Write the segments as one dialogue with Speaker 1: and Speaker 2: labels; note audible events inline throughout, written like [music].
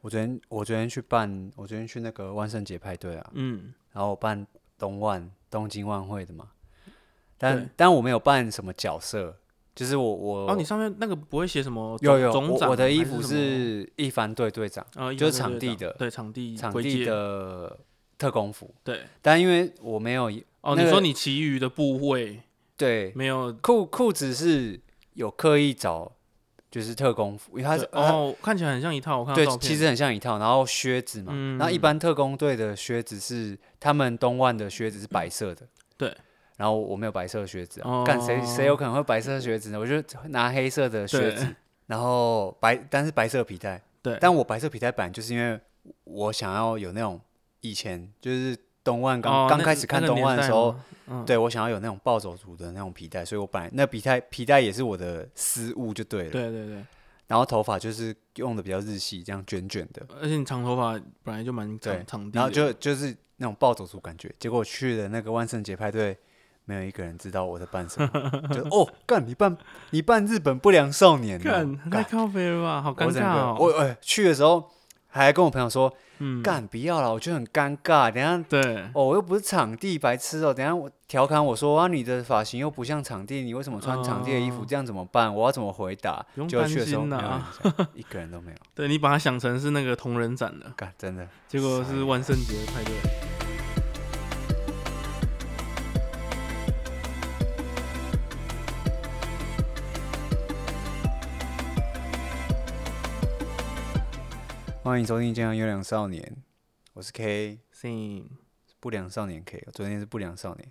Speaker 1: 我昨天我昨天去办，我昨天去那个万圣节派对啊，
Speaker 2: 嗯，
Speaker 1: 然后我办东万东京万会的嘛，
Speaker 2: 对
Speaker 1: 但但我没有扮什么角色，就是我我、
Speaker 2: 哦，你上面那个不会写什么
Speaker 1: 有
Speaker 2: 总
Speaker 1: 有
Speaker 2: 总
Speaker 1: 我
Speaker 2: 长
Speaker 1: 我的衣
Speaker 2: 还
Speaker 1: 服
Speaker 2: 什么
Speaker 1: 是一帆队队长，
Speaker 2: 呃，
Speaker 1: 就是
Speaker 2: 一般
Speaker 1: 场地
Speaker 2: 队长
Speaker 1: 的
Speaker 2: 对场地
Speaker 1: 场
Speaker 2: 归
Speaker 1: 地
Speaker 2: 界
Speaker 1: 的特工服，
Speaker 2: 对
Speaker 1: 但因为我没有
Speaker 2: 哦，
Speaker 1: 那
Speaker 2: 你
Speaker 1: 个
Speaker 2: 说你其余的部位
Speaker 1: 对
Speaker 2: 没有
Speaker 1: 裤裤子是有刻意找就是特工服，因为它是
Speaker 2: 对哦，看起来很像一套，我看到
Speaker 1: 对
Speaker 2: 照，片
Speaker 1: 其实很像一套，然后靴子嘛，那一
Speaker 2: 嗯
Speaker 1: 般特工队的靴子是他们东万的靴子是白色的，
Speaker 2: 嗯对，哦
Speaker 1: 然后我没有白色的靴子啊，干谁谁有可能会白色的靴子呢？我就拿黑色的靴
Speaker 2: 对
Speaker 1: 子，然后白但是白色的皮带，
Speaker 2: 对，
Speaker 1: 但我白色皮带版就是因为我想要有那种以前就是东万刚
Speaker 2: 哦
Speaker 1: 刚
Speaker 2: 那
Speaker 1: 开始看
Speaker 2: 那个
Speaker 1: 东
Speaker 2: 年
Speaker 1: 万的
Speaker 2: 代
Speaker 1: 时候，
Speaker 2: 吗，嗯，
Speaker 1: 对我想要有那种暴走族的那种皮带，所以我本来那皮带皮带也是我的私物就对了，
Speaker 2: 对对对，
Speaker 1: 然后头发就是用的比较日系，这样卷卷的。
Speaker 2: 而且你长头发本来就蛮
Speaker 1: 对
Speaker 2: 长长地的，
Speaker 1: 然后就就是那种暴走族感觉。结果去了那个万圣节派对，没有一个人知道我在扮什么，就哦，干你扮你扮日本不良少年、
Speaker 2: 干
Speaker 1: 呢？
Speaker 2: 太靠北了吧，好尴
Speaker 1: 我整
Speaker 2: 尬
Speaker 1: 个
Speaker 2: 哦，
Speaker 1: 我哎、去的时候还跟我朋友说，
Speaker 2: 嗯，
Speaker 1: 干不要了，我觉得很尴尬，等一下。
Speaker 2: 对，
Speaker 1: 哦，我又不是场地白痴哦！等一下我调侃我说啊，你的发型又不像场地，你为什么穿场地的衣服？
Speaker 2: 哦
Speaker 1: 这样怎么办？我要怎么回答
Speaker 2: 不？用
Speaker 1: 结果
Speaker 2: 担
Speaker 1: 去的时候
Speaker 2: 心
Speaker 1: 没有人
Speaker 2: 啦
Speaker 1: 讲，一个人都没有。
Speaker 2: 对你把它想成是那个同人展的，
Speaker 1: 干，真的，
Speaker 2: 结果是万圣节派对。
Speaker 1: 欢迎收听《健康优良少年》，我是 K。
Speaker 2: Same，
Speaker 1: 不良少年 K，昨天是不良少年，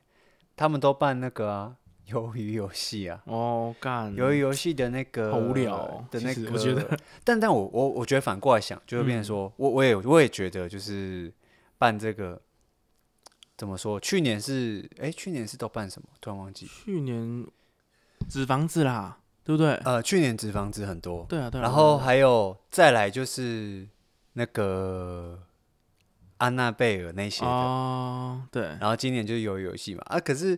Speaker 1: 他们都办那个啊， [laughs] 鱿鱼游戏啊，
Speaker 2: 哦干，
Speaker 1: 鱿鱼游戏的那个
Speaker 2: 好无聊哦
Speaker 1: 的
Speaker 2: 其
Speaker 1: 那
Speaker 2: 实
Speaker 1: 个，
Speaker 2: 我觉得，嗯
Speaker 1: 但但我我我觉得反过来想，就会变成说，我我也我也觉得就是办这个怎么说？去年是哎、去年是都办什么？突然忘记，
Speaker 2: 去年纸房子啦，对不对？
Speaker 1: 呃，去年脂肪值很多，
Speaker 2: 对啊，对啊。
Speaker 1: 然后
Speaker 2: 对啊
Speaker 1: 还有再来就是那个安娜贝尔那些的，
Speaker 2: 啊哦，对，
Speaker 1: 然后今年就是有游戏嘛啊，可是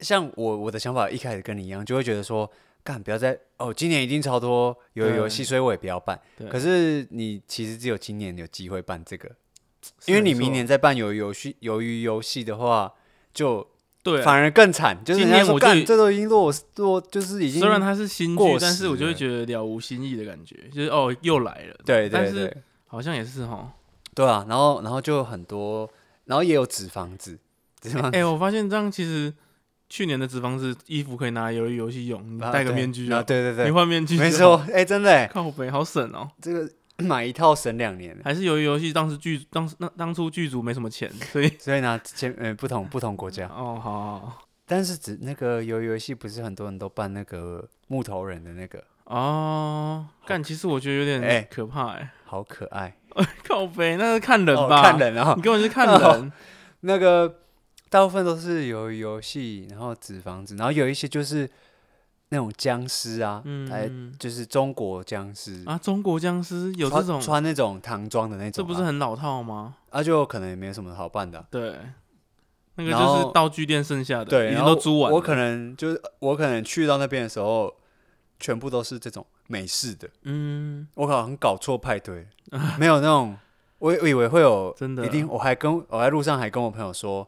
Speaker 1: 像我我的想法一开始跟你一样，就会觉得说，干不要再哦，今年一定超多有游戏，所以我也不要办。
Speaker 2: 对
Speaker 1: 可是你其实只有今年有机会办这个，
Speaker 2: 是
Speaker 1: 因为你
Speaker 2: 没
Speaker 1: 明
Speaker 2: 错
Speaker 1: 年再办鱿鱼游戏，鱿鱼游戏的话，就
Speaker 2: 对啊，
Speaker 1: 反而更惨，就是
Speaker 2: 今
Speaker 1: 人家
Speaker 2: 年
Speaker 1: 说
Speaker 2: 我就
Speaker 1: 干这都已经落落，就是已经
Speaker 2: 虽然它是新
Speaker 1: 过
Speaker 2: 剧，但
Speaker 1: 时
Speaker 2: 是我就
Speaker 1: 了
Speaker 2: 会觉得了无新意的感觉，就是哦又来了，
Speaker 1: 对
Speaker 2: 但
Speaker 1: 对
Speaker 2: 是
Speaker 1: 对
Speaker 2: 好像也是哦哈。
Speaker 1: 对啊，然后然后就很多，然后也有纸房子，纸
Speaker 2: [laughs]
Speaker 1: 房子
Speaker 2: 哎，我发现这样其实去年的纸房子衣服可以拿来游游戏用，你
Speaker 1: 啊
Speaker 2: 戴个
Speaker 1: 对
Speaker 2: 面具
Speaker 1: 啊，
Speaker 2: 啊，
Speaker 1: 对对
Speaker 2: 你
Speaker 1: 对，
Speaker 2: 换面具，
Speaker 1: 没错，，哎、真的、哎，
Speaker 2: 靠北好省哦。
Speaker 1: 这个买一套省两年。
Speaker 2: 还是由于游戏当时剧当时那当初剧组没什么钱，所以
Speaker 1: 所以呢，前呃不同不同国家，
Speaker 2: 哦好好好
Speaker 1: 但是只那个游游戏不是很多人都办那个木头人的那个，
Speaker 2: 哦，干，其实我觉得有
Speaker 1: 哎
Speaker 2: 点可怕哎、
Speaker 1: 好可爱，
Speaker 2: 靠背那是看人
Speaker 1: 哦
Speaker 2: 吧，
Speaker 1: 看，人啊、
Speaker 2: 你根本是看人，
Speaker 1: 那个大部分都是游游戏，然后纸房子，然后有一些就是那种僵尸啊，哎、
Speaker 2: 嗯
Speaker 1: 就是中国僵尸，
Speaker 2: 啊，中国僵尸有这
Speaker 1: 哎穿
Speaker 2: 种，
Speaker 1: 穿那种唐装的那
Speaker 2: 这
Speaker 1: 种啊、
Speaker 2: 不是很老套吗？
Speaker 1: 啊，就可能也没有什么好办的啊、
Speaker 2: 对，那个
Speaker 1: 然后
Speaker 2: 就是道具店剩下的，
Speaker 1: 对，
Speaker 2: 已
Speaker 1: 然
Speaker 2: 经
Speaker 1: 后
Speaker 2: 都租完了，
Speaker 1: 我可能就是我可能去到那边的时候，全部都是这种美式的。
Speaker 2: 嗯，
Speaker 1: 我好像搞错派对，没有那种，我我以为会有，
Speaker 2: 真的
Speaker 1: 一定。我还跟我在路上还跟我朋友说，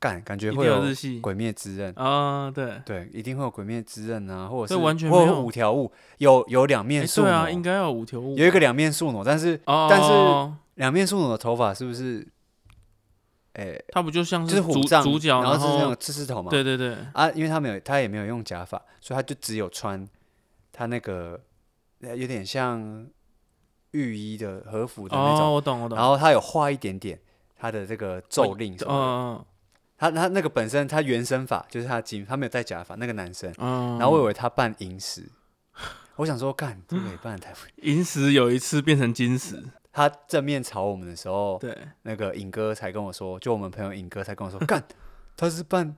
Speaker 1: 干感觉
Speaker 2: 一定
Speaker 1: 会
Speaker 2: 有日系
Speaker 1: 鬼灭之刃》，
Speaker 2: 啊，对，
Speaker 1: 对，一定会有《鬼灭之刃》啊，或者
Speaker 2: 这
Speaker 1: 是
Speaker 2: 完全
Speaker 1: 或
Speaker 2: 没
Speaker 1: 者
Speaker 2: 有
Speaker 1: 五条悟，有有两
Speaker 2: 哎
Speaker 1: 面树
Speaker 2: 对
Speaker 1: 挪，
Speaker 2: 啊，应该要有五条悟，
Speaker 1: 哦有一个两面树挪，但是
Speaker 2: 哦，
Speaker 1: 但是两面树挪的头发是不是，哎、
Speaker 2: 他不就像
Speaker 1: 就是
Speaker 2: 主
Speaker 1: 虎杖，
Speaker 2: 主角，
Speaker 1: 然
Speaker 2: 后
Speaker 1: 后是那种刺刺头嘛，
Speaker 2: 对对对，
Speaker 1: 啊，因为他没有他也没有用假发，所以他就只有穿他那个呃有点像浴衣的和服的那种。
Speaker 2: 哦，我懂我懂，
Speaker 1: 然后他有画一点点他的这个咒令什
Speaker 2: 嗯
Speaker 1: 么的。
Speaker 2: 嗯
Speaker 1: 他他那个本身他原生法就是他的金，他没有戴假发那个男生。
Speaker 2: 嗯，
Speaker 1: 然后我以为他扮银石，我想说
Speaker 2: [laughs]
Speaker 1: 干这个也扮得太不。
Speaker 2: 银石有一次变成金石，
Speaker 1: 他正面朝我们的时候，
Speaker 2: 对，
Speaker 1: 那个尹哥才跟我说，就我们朋友尹哥才跟我说，干 [laughs] 他是扮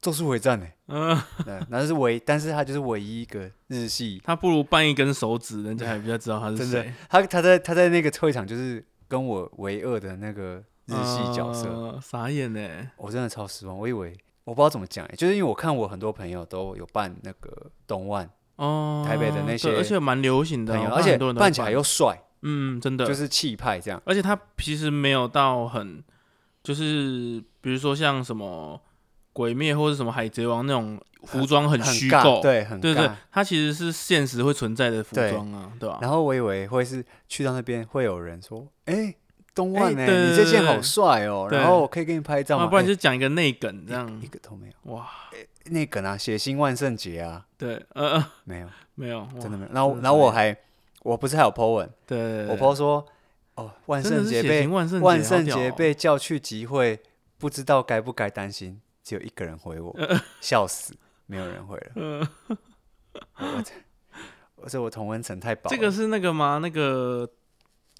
Speaker 1: 咒术回战呢、欸
Speaker 2: 嗯，
Speaker 1: 对，那是唯，但是他就是唯一一个日系，
Speaker 2: 他不如掰一根手指，人家还比较知道他是
Speaker 1: 真的
Speaker 2: 谁。
Speaker 1: 他他在他在那个会场就是跟我唯二的那个日系角色，
Speaker 2: 呃傻眼呢。
Speaker 1: 我真的超失望，我以为我不知道怎么讲欸、就是因为我看我很多朋友都有办那个东万
Speaker 2: 哦，
Speaker 1: 台北的那些
Speaker 2: 对而且蛮流行的
Speaker 1: 朋
Speaker 2: 哦，
Speaker 1: 友，
Speaker 2: 我看
Speaker 1: 而且
Speaker 2: 很多人都
Speaker 1: 办起来
Speaker 2: 办
Speaker 1: 又帅，
Speaker 2: 嗯，真的，
Speaker 1: 就是气派这样。
Speaker 2: 而且它其实没有到很，就是比如说像什么鬼灭或者什么海贼王那种服装很
Speaker 1: 很
Speaker 2: 虚
Speaker 1: 尬
Speaker 2: 构，
Speaker 1: 对，很
Speaker 2: 对对
Speaker 1: 尬。
Speaker 2: 它其实是现实会存在的服
Speaker 1: 对
Speaker 2: 装啊，对吧、
Speaker 1: 然后我以为会是去到那边会有人说，哎、东
Speaker 2: 哎
Speaker 1: 万呢、
Speaker 2: 对
Speaker 1: 你这
Speaker 2: 对
Speaker 1: 件
Speaker 2: 对
Speaker 1: 好
Speaker 2: 对
Speaker 1: 帅哦，
Speaker 2: 对
Speaker 1: 然后我可以给你拍照
Speaker 2: 要
Speaker 1: 吗？
Speaker 2: 不然
Speaker 1: 哎
Speaker 2: 就讲一个内梗这样
Speaker 1: 一，个都没有，
Speaker 2: 哇，
Speaker 1: 那梗啊，写信万圣节啊，
Speaker 2: 对，呃，呃
Speaker 1: 没有，
Speaker 2: 没有，
Speaker 1: 真
Speaker 2: 哇
Speaker 1: 的没有。然后
Speaker 2: 真的
Speaker 1: 然后
Speaker 2: 没
Speaker 1: 我
Speaker 2: 有
Speaker 1: 还，我不是还有 po 文，
Speaker 2: 对对，
Speaker 1: 我
Speaker 2: 对
Speaker 1: po 说，哦，万
Speaker 2: 真的
Speaker 1: 圣
Speaker 2: 是
Speaker 1: 节
Speaker 2: 血
Speaker 1: 被
Speaker 2: 型万圣
Speaker 1: 万
Speaker 2: 节好
Speaker 1: 圣
Speaker 2: 屌
Speaker 1: 节
Speaker 2: 哦
Speaker 1: 被叫去集会，不知道该不该担心，只有一个人
Speaker 2: [laughs]
Speaker 1: 回我，笑死，没有人回了。
Speaker 2: 呃，
Speaker 1: [laughs] 我我这我这我同温层太薄了，
Speaker 2: 这个是那个吗？那个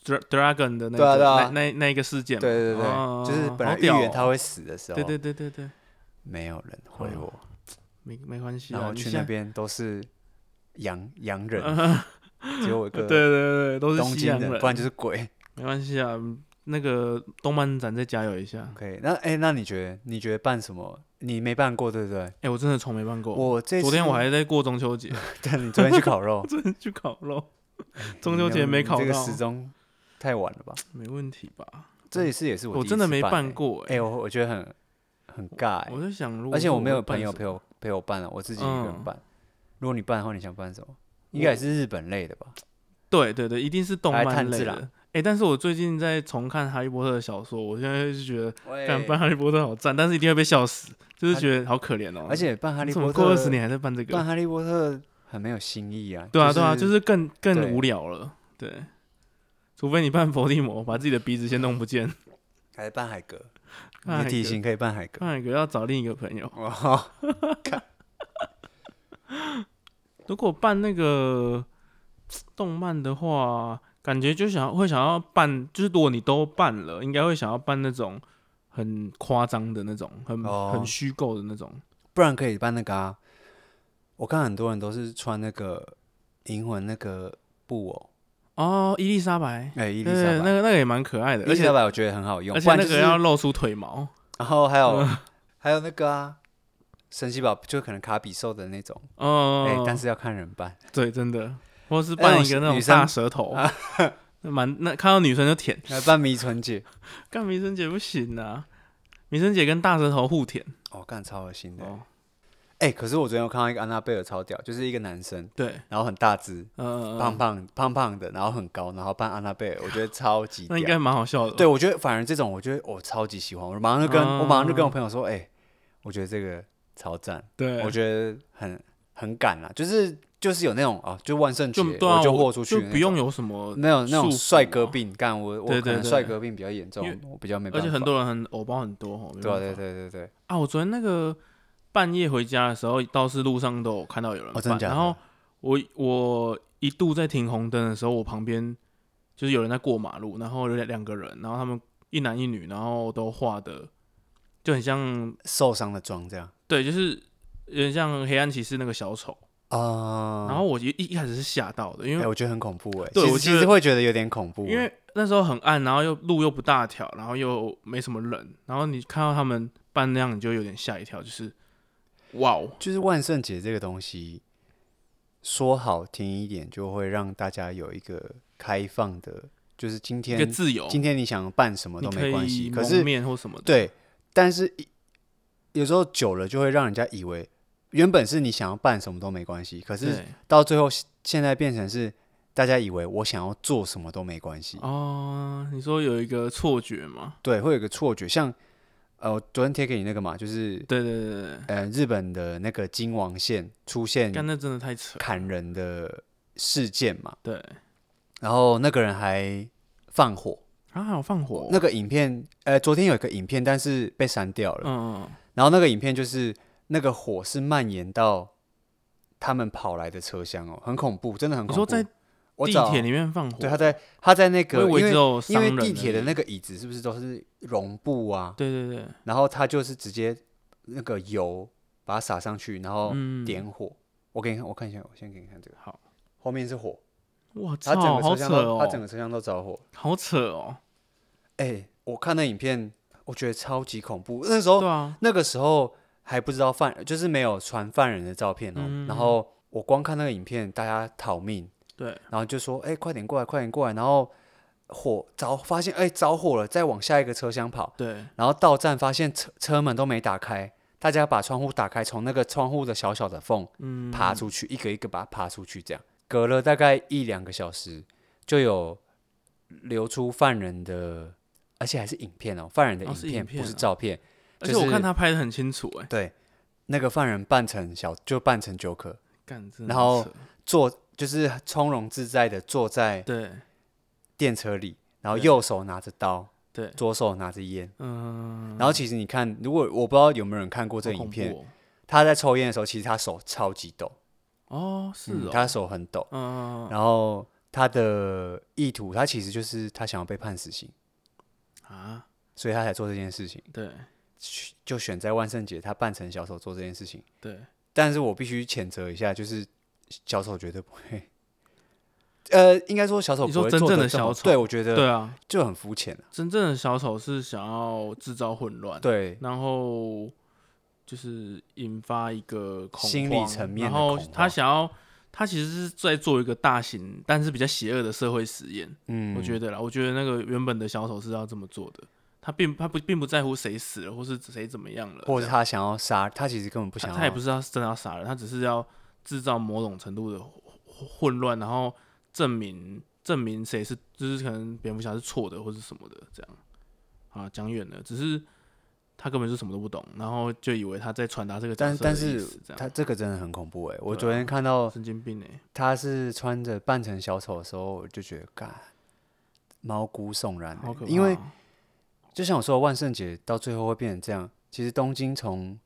Speaker 2: Dra- Dragon 的那
Speaker 1: 对啊
Speaker 2: 个
Speaker 1: 对啊
Speaker 2: 那那那一个事件嘛，
Speaker 1: 对对对，
Speaker 2: 哦
Speaker 1: 就是本来
Speaker 2: 好
Speaker 1: 预
Speaker 2: 屌
Speaker 1: 言
Speaker 2: 哦
Speaker 1: 他会死的时候，
Speaker 2: 对对对对对，
Speaker 1: 没有人回
Speaker 2: 哦
Speaker 1: 我，
Speaker 2: 没没关系啊，
Speaker 1: 然后
Speaker 2: 你
Speaker 1: 去
Speaker 2: 现
Speaker 1: 那
Speaker 2: 在，
Speaker 1: 边都是洋洋人，
Speaker 2: 呃
Speaker 1: [laughs] 只有我一
Speaker 2: 对
Speaker 1: 个
Speaker 2: 对对，都是
Speaker 1: 呃东
Speaker 2: 西
Speaker 1: 京
Speaker 2: 洋
Speaker 1: 人，
Speaker 2: 人，
Speaker 1: 不然就是鬼。
Speaker 2: 没关系啊，那个动漫展再加油一下。
Speaker 1: OK，那哎，那你觉得你觉得办什么？你没办过对不对？
Speaker 2: 哎、我真的从没办过。
Speaker 1: 我这
Speaker 2: 昨天
Speaker 1: 次
Speaker 2: 我还在过中秋节，
Speaker 1: [laughs]
Speaker 2: [laughs]，
Speaker 1: 对你昨天去烤肉
Speaker 2: 昨天去烤
Speaker 1: [laughs]
Speaker 2: 肉，中
Speaker 1: 你
Speaker 2: 秋节
Speaker 1: 有
Speaker 2: 没
Speaker 1: 你
Speaker 2: 烤
Speaker 1: 这个
Speaker 2: 到
Speaker 1: 时钟太晚了吧？
Speaker 2: 没问题吧？
Speaker 1: 这一次也是
Speaker 2: 我
Speaker 1: 第一
Speaker 2: 真的
Speaker 1: 次
Speaker 2: 没
Speaker 1: 办
Speaker 2: 办
Speaker 1: 欸。
Speaker 2: 过哎、
Speaker 1: 哎，我我觉得很很尬欸，
Speaker 2: 我在想，如果
Speaker 1: 而且
Speaker 2: 是
Speaker 1: 我没
Speaker 2: 会
Speaker 1: 有
Speaker 2: 办
Speaker 1: 朋友
Speaker 2: 什
Speaker 1: 陪我陪我办了，啊我自己一个人
Speaker 2: 嗯
Speaker 1: 办。如果你办的话，你想办什么？应
Speaker 2: 我
Speaker 1: 该也是日本类的吧？
Speaker 2: 对对对，一定是动
Speaker 1: 还
Speaker 2: 漫
Speaker 1: 炭
Speaker 2: 类
Speaker 1: 治
Speaker 2: 的。
Speaker 1: 郎
Speaker 2: 哎、但是我最近在重看《哈利波特》的小说，我现在就觉得，干
Speaker 1: 喂
Speaker 2: 办《哈利波特》好赞，但是一定会被笑死，就是
Speaker 1: 哈
Speaker 2: 觉得好可怜哦。
Speaker 1: 啊而且办哈
Speaker 2: 你
Speaker 1: 利
Speaker 2: 怎
Speaker 1: 波
Speaker 2: 么
Speaker 1: 特，
Speaker 2: 过二十年还在办这
Speaker 1: 办
Speaker 2: 个？
Speaker 1: 哈利波特很没有新意啊。
Speaker 2: 对啊对啊，就是是更
Speaker 1: 对
Speaker 2: 更无聊了。对，除非你办伏地魔，把自己的鼻子先弄不见。
Speaker 1: 还是办海格，你
Speaker 2: 办海
Speaker 1: 的
Speaker 2: 格嗯
Speaker 1: 体型可以办海格。
Speaker 2: 那一个要找另一个朋友。
Speaker 1: 哦，
Speaker 2: 如果办那个动漫的话，感觉就想要会想要办，就是如果你都办了，应该会想要办那种很夸张的那种，很、
Speaker 1: 哦
Speaker 2: 很虚构的那种。
Speaker 1: 不然可以办那个啊。我看很多人都是穿那个银魂那个布偶，
Speaker 2: 哦，伊丽莎白，
Speaker 1: 哎，伊
Speaker 2: 伊
Speaker 1: 丽莎
Speaker 2: 那
Speaker 1: 白，
Speaker 2: 个那个也蛮可爱的，
Speaker 1: 伊
Speaker 2: 而
Speaker 1: 丽莎
Speaker 2: 且
Speaker 1: 白我觉得很好用，
Speaker 2: 而
Speaker 1: 不
Speaker 2: 且
Speaker 1: 然
Speaker 2: 那
Speaker 1: 就是
Speaker 2: 个要嗯露出腿毛。
Speaker 1: 然后还有 [laughs] 还有那个啊，神奇宝就可能卡比兽的那种，
Speaker 2: 哦、
Speaker 1: 哎，但是要看人办。
Speaker 2: 对，真的，或是
Speaker 1: 哎
Speaker 2: 办一
Speaker 1: 那
Speaker 2: 个
Speaker 1: 种
Speaker 2: 那种
Speaker 1: 女生
Speaker 2: 大舌头， [laughs] 那蛮、那看到女生就舔。
Speaker 1: 来办迷春姐，
Speaker 2: 干明生姐不行啊，明生姐跟大舌头互舔。
Speaker 1: 哦，干超恶心的。
Speaker 2: 哦，
Speaker 1: 哎，可是我昨天有看到一个安娜贝尔超屌，就是一个男生，
Speaker 2: 对，
Speaker 1: 然后很大只，
Speaker 2: 嗯、
Speaker 1: 胖
Speaker 2: 呃，
Speaker 1: 胖胖胖的，然后很高，然后扮安娜贝尔，我觉得超级
Speaker 2: 那应
Speaker 1: 屌。
Speaker 2: 该蛮好笑的。
Speaker 1: 对，我觉得反而这种，我觉得我超级喜欢，我马上就跟、
Speaker 2: 嗯
Speaker 1: 我马上就跟我朋友说，哎、我觉得这个超赞，
Speaker 2: 对，
Speaker 1: 我觉得很很敢啦，就是就是有那种啊，就万圣节
Speaker 2: 就对啊，
Speaker 1: 我就
Speaker 2: 我
Speaker 1: 豁出去
Speaker 2: 就
Speaker 1: 的那种，
Speaker 2: 不用有什么，
Speaker 1: 那种那种
Speaker 2: 束缚
Speaker 1: 帅哥
Speaker 2: 嘛
Speaker 1: 病，干我我
Speaker 2: 对
Speaker 1: 可
Speaker 2: 对
Speaker 1: 能
Speaker 2: 对
Speaker 1: 帅哥病比较严重
Speaker 2: 因为，
Speaker 1: 我比较没办
Speaker 2: 而
Speaker 1: 法，
Speaker 2: 且很多人很偶包很多哦。没
Speaker 1: 对啊
Speaker 2: 办
Speaker 1: 对
Speaker 2: 法
Speaker 1: 对对对，
Speaker 2: 啊，我昨天那个半夜回家的时候，倒是路上都有看到有人
Speaker 1: 哦
Speaker 2: 办，
Speaker 1: 真的假的
Speaker 2: 然后我我一度在停红灯的时候，我旁边就是有人在过马路，然后有两两个人，然后他们一男一女，然后都画的就很像，
Speaker 1: 受伤的妆这样
Speaker 2: 对，就是有点像黑暗骑士那个小丑。
Speaker 1: 啊，
Speaker 2: 然后我一一开始是吓到的，因
Speaker 1: 哎、
Speaker 2: 为
Speaker 1: 我觉得很恐怖哎、
Speaker 2: 对
Speaker 1: 其
Speaker 2: 我
Speaker 1: 实
Speaker 2: 觉
Speaker 1: 其实
Speaker 2: 得
Speaker 1: 会觉得有点恐怖，啊欸
Speaker 2: 因为那时候很暗，然后又路又不大条，然后又没什么人，然后你看到他们扮那样，你就有点吓一跳，就是哇哦，
Speaker 1: 就是万圣节这个东西，说好听一点，就会让大家有一个开放的，就是今
Speaker 2: 一个
Speaker 1: 天
Speaker 2: 自由，
Speaker 1: 今天你想办什么
Speaker 2: 你
Speaker 1: 都
Speaker 2: 可
Speaker 1: 没关系。
Speaker 2: 以
Speaker 1: 可
Speaker 2: 蒙
Speaker 1: 是
Speaker 2: 面或什么的，
Speaker 1: 对，但是一有时候久了就会让人家以为，原本是你想要办什么都没关系，可是
Speaker 2: 对
Speaker 1: 到最后现在变成是大家以为我想要做什么都没关系。
Speaker 2: 哦，你说有一个错觉嘛？
Speaker 1: 对，会有一个错觉，像呃，我昨天贴给你那个嘛，就是
Speaker 2: 对对对对
Speaker 1: 呃日本的那个金王线出现
Speaker 2: 对，干那真的太扯，
Speaker 1: 砍人的事件嘛，
Speaker 2: 对，
Speaker 1: 然后那个人还放火。
Speaker 2: 啊还有放火，
Speaker 1: 那个影片，呃，昨天有一个影片，但是被删掉了。
Speaker 2: 嗯嗯
Speaker 1: 然后那个影片就是那个火是蔓延到他们跑来的车厢哦，很恐怖，真的很
Speaker 2: 你
Speaker 1: 恐怖。
Speaker 2: 说在
Speaker 1: 我
Speaker 2: 地
Speaker 1: 找
Speaker 2: 铁里面放火，
Speaker 1: 对，他在他在那个，因
Speaker 2: 我以为只
Speaker 1: 为
Speaker 2: 有
Speaker 1: 因
Speaker 2: 商
Speaker 1: 为
Speaker 2: 人
Speaker 1: 地铁的
Speaker 2: 而已，
Speaker 1: 那个椅子是不是都是绒布啊？
Speaker 2: 对对对，
Speaker 1: 然后他就是直接那个油把它撒上去，然后
Speaker 2: 嗯，
Speaker 1: 点火。我给你看，我看一下，我先给你看这个。
Speaker 2: 好，
Speaker 1: 后面是火，
Speaker 2: 哇
Speaker 1: 他整
Speaker 2: 操，
Speaker 1: 个
Speaker 2: 好
Speaker 1: 车
Speaker 2: 扯
Speaker 1: 厢都、他整
Speaker 2: 哦，
Speaker 1: 个车厢都着火。
Speaker 2: 好扯哦，
Speaker 1: 哎、我看那影片，我觉得超级恐怖。那时候
Speaker 2: 对啊，
Speaker 1: 那个时候还不知道犯，就是没有传犯人的照片哦。
Speaker 2: 嗯
Speaker 1: 然后我光看那个影片，大家逃命，
Speaker 2: 对，
Speaker 1: 然后就说：“哎、快点过来，快点过来！”然后火着，发现哎、着火了，再往下一个车厢跑。
Speaker 2: 对，
Speaker 1: 然后到站发现车车门都没打开，大家把窗户打开，从那个窗户的小小的缝
Speaker 2: 嗯，
Speaker 1: 爬出去，一个一个把它爬出去，这样隔了大概一两个小时，就有流出犯人的，而且还是影片哦，犯人的
Speaker 2: 哦
Speaker 1: 影
Speaker 2: 是
Speaker 1: 片,、
Speaker 2: 影片
Speaker 1: 不是
Speaker 2: 啊
Speaker 1: 照片，
Speaker 2: 而且
Speaker 1: 就
Speaker 2: 我
Speaker 1: 是
Speaker 2: 看他拍的很清楚、欸，哎，
Speaker 1: 对，那个犯人扮成小就扮成九可，
Speaker 2: 干，真的
Speaker 1: 然
Speaker 2: 很
Speaker 1: 后
Speaker 2: 扯
Speaker 1: 坐就是从容自在的坐在
Speaker 2: 对
Speaker 1: 电车里，然后
Speaker 2: 对
Speaker 1: 右手拿着刀，
Speaker 2: 对，
Speaker 1: 左手拿着烟，
Speaker 2: 嗯，
Speaker 1: 然后其实你看，如果我不知道有没有人看过这
Speaker 2: 好
Speaker 1: 影
Speaker 2: 恐
Speaker 1: 片。
Speaker 2: 怖哦
Speaker 1: 他在抽烟的时候，其实他手超级抖，
Speaker 2: 哦，哦是
Speaker 1: 嗯
Speaker 2: 哦，
Speaker 1: 他手很抖。
Speaker 2: 嗯，
Speaker 1: 然后他的意图，他其实就是他想要被判死刑，
Speaker 2: 啊，
Speaker 1: 所以他才做这件事情，
Speaker 2: 对
Speaker 1: 就选在万圣节他扮成小丑做这件事情。
Speaker 2: 对，
Speaker 1: 但是我必须谴责一下，就是小丑绝对不会， [laughs] 呃，应该说小丑
Speaker 2: 你
Speaker 1: 不会
Speaker 2: 说真
Speaker 1: 做
Speaker 2: 正
Speaker 1: 得
Speaker 2: 的
Speaker 1: 这么
Speaker 2: 小丑
Speaker 1: 对我觉得
Speaker 2: 对啊，
Speaker 1: 就很肤浅了。
Speaker 2: 真正的小丑是想要制造混乱，
Speaker 1: 对，
Speaker 2: 然后就是引发一个恐慌
Speaker 1: 心理层面的
Speaker 2: 然后
Speaker 1: 恐慌
Speaker 2: 他想要，他其实是在做一个大型但是比较邪恶的社会实验，
Speaker 1: 嗯，
Speaker 2: 我觉
Speaker 1: 得
Speaker 2: 得啦，我觉得那个原本的小丑是要这么做的，他并他不并不在乎谁死了或是谁怎么样了，
Speaker 1: 或者是
Speaker 2: 这样
Speaker 1: 他想要杀，他其实根本不想
Speaker 2: 他
Speaker 1: 要，
Speaker 2: 他也不是要真的要杀人，他只是要制造某种程度的混混乱，然后证明证明谁是就是可能蝙蝠侠是错的或是什么的这样。啊，讲远了，只是他根本就什么都不懂，然后就以为他在传达这个角
Speaker 1: 但
Speaker 2: 色的
Speaker 1: 但
Speaker 2: 意
Speaker 1: 是
Speaker 2: 思，这
Speaker 1: 他
Speaker 2: 样
Speaker 1: 这个真的很恐怖哎、我
Speaker 2: 对啊
Speaker 1: 昨天看到
Speaker 2: 神经病哎、
Speaker 1: 他是穿着扮成小丑的时候，我就觉得干毛骨悚然欸、
Speaker 2: 好可怕哦、
Speaker 1: 因为就像我说，的，万圣节到最后会变成这样。其实东京从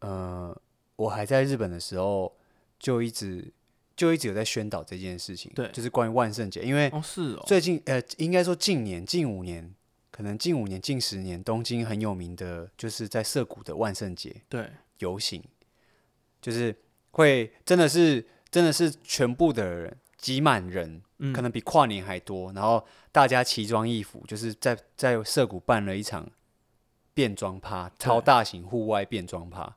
Speaker 1: 呃我还在日本的时候，就一直就一直有在宣导这件事情，
Speaker 2: 对
Speaker 1: 就是关于万圣节。因为
Speaker 2: 哦是哦，
Speaker 1: 最近呃，应该说近年近五年，可能近五年近十年，东京很有名的就是在涩谷的万圣节，
Speaker 2: 对
Speaker 1: 游行，就是会真的是真的是全部的人挤满人，
Speaker 2: 嗯
Speaker 1: 可能比跨年还多，然后大家奇装异服，就是在在涩谷办了一场变装趴，超大型户外变装趴，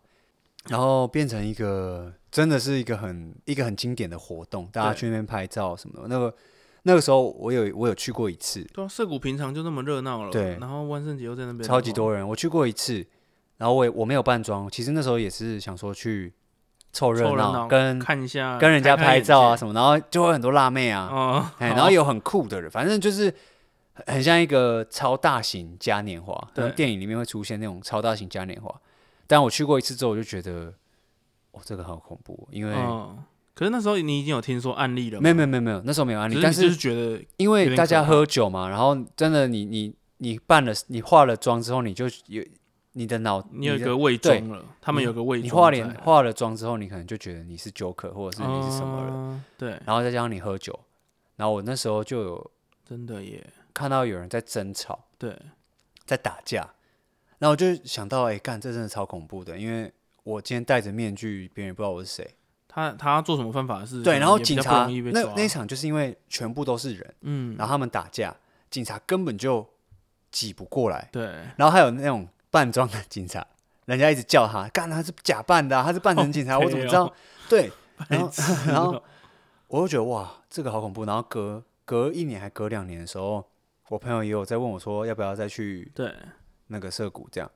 Speaker 1: 然后变成一个真的是一个很一个很经典的活动，大家
Speaker 2: 对
Speaker 1: 去那边拍照什么的。那个那个时候我有我有去过一次，
Speaker 2: 对啊，涩谷平常就那么热闹了，
Speaker 1: 对
Speaker 2: 然后万圣节又在那边
Speaker 1: 超级
Speaker 2: 的话，
Speaker 1: 多人，我去过一次，然后我也我没有扮装，其实那时候也是想说去凑热
Speaker 2: 凑热
Speaker 1: 闹，
Speaker 2: 闹
Speaker 1: 跟
Speaker 2: 看一下
Speaker 1: 跟人家拍照啊
Speaker 2: 么
Speaker 1: 什么，然后就会很多辣妹啊，
Speaker 2: 哦， [laughs]
Speaker 1: 哎，然后有很酷的人，反正就是很很像一个超大型嘉年华，可能
Speaker 2: 对
Speaker 1: 电影里面会出现那种超大型嘉年华。但我去过一次之后，我就觉得，哦，这个好恐怖，因为
Speaker 2: 嗯，可是那时候你已经有听说案例了吗，
Speaker 1: 没有没有没有没有，那时候没有案例，
Speaker 2: 只
Speaker 1: 但
Speaker 2: 你就是觉得
Speaker 1: 因
Speaker 2: 有
Speaker 1: 为
Speaker 2: 点
Speaker 1: 大家
Speaker 2: 可怕
Speaker 1: 喝酒嘛，然后真的你你你扮了你化了妆之后，你就有你的脑
Speaker 2: 你有一
Speaker 1: 的
Speaker 2: 个伪
Speaker 1: 对
Speaker 2: 装了，他们有个伪装在，啊
Speaker 1: 你化脸化了妆之后，你可能就觉得你是 Joker 或者是你是什么人，
Speaker 2: 嗯对，
Speaker 1: 然后再加上你喝酒，然后我那时候就有
Speaker 2: 真的耶，
Speaker 1: 看到有人在争吵，
Speaker 2: 对，
Speaker 1: 在打架，然后我就想到，哎、干，这真的超恐怖的，因为我今天戴着面具，别人也不知道我是谁。
Speaker 2: 他他要做什么犯法的事？
Speaker 1: 对，然后
Speaker 2: 也比
Speaker 1: 警
Speaker 2: 较不
Speaker 1: 察
Speaker 2: 容易被
Speaker 1: 那
Speaker 2: 抓
Speaker 1: 那一场就是因为全部都是人，
Speaker 2: 嗯，
Speaker 1: 然后他们打架，警察根本就挤不过来，
Speaker 2: 对，
Speaker 1: 然后还有那种扮装的警察，人家一直叫他，干他是假扮的啊、他是扮成警察，
Speaker 2: 靠
Speaker 1: 我怎么
Speaker 2: 背
Speaker 1: 知道
Speaker 2: 哦？ [laughs]
Speaker 1: 对，然后
Speaker 2: 白痴
Speaker 1: 然后
Speaker 2: 哦
Speaker 1: 我就觉得哇，这个好恐怖。然后隔隔一年还隔两年的时候，我朋友也有在问我说，要不要再去
Speaker 2: 对，
Speaker 1: 那个涩谷这样。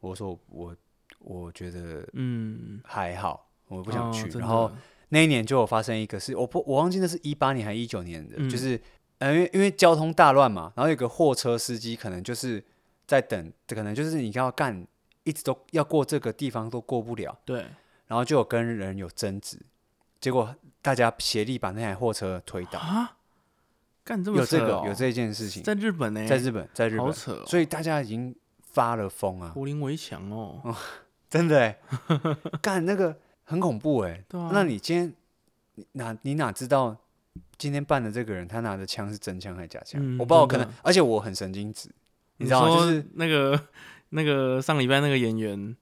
Speaker 1: 我说我我觉得
Speaker 2: 嗯，
Speaker 1: 还好，我不想
Speaker 2: 哦
Speaker 1: 去。
Speaker 2: 真的
Speaker 1: 然后那一年就有发生一个事，我不我忘记那是一八年还是一九年的，
Speaker 2: 嗯
Speaker 1: 就是呃，因为因为交通大乱嘛，然后有个货车司机可能就是在等，可能就是你要干，一直都要过这个地方都过不了，
Speaker 2: 对，
Speaker 1: 然后就有跟人有争执，结果大家协力把那台货车推倒。
Speaker 2: 干啊这么
Speaker 1: 有这
Speaker 2: 扯
Speaker 1: 个
Speaker 2: 哦
Speaker 1: 有这件事情，
Speaker 2: 在日本呢，
Speaker 1: 在日本，在日
Speaker 2: 好
Speaker 1: 本，
Speaker 2: 扯哦，
Speaker 1: 所以大家已经发了疯
Speaker 2: [laughs]
Speaker 1: 啊，
Speaker 2: 柏林围墙哦，
Speaker 1: 真的欸干那个很恐怖哎。
Speaker 2: 对啊，
Speaker 1: 那你今天你哪你哪知道今天办的这个人他拿的枪是真枪还是假枪？
Speaker 2: 嗯
Speaker 1: 我不知道，可
Speaker 2: 真的
Speaker 1: 能而且我很神经质，你
Speaker 2: 你
Speaker 1: 知道吗？就
Speaker 2: 说
Speaker 1: 是
Speaker 2: 那个那个上礼拜那个演员，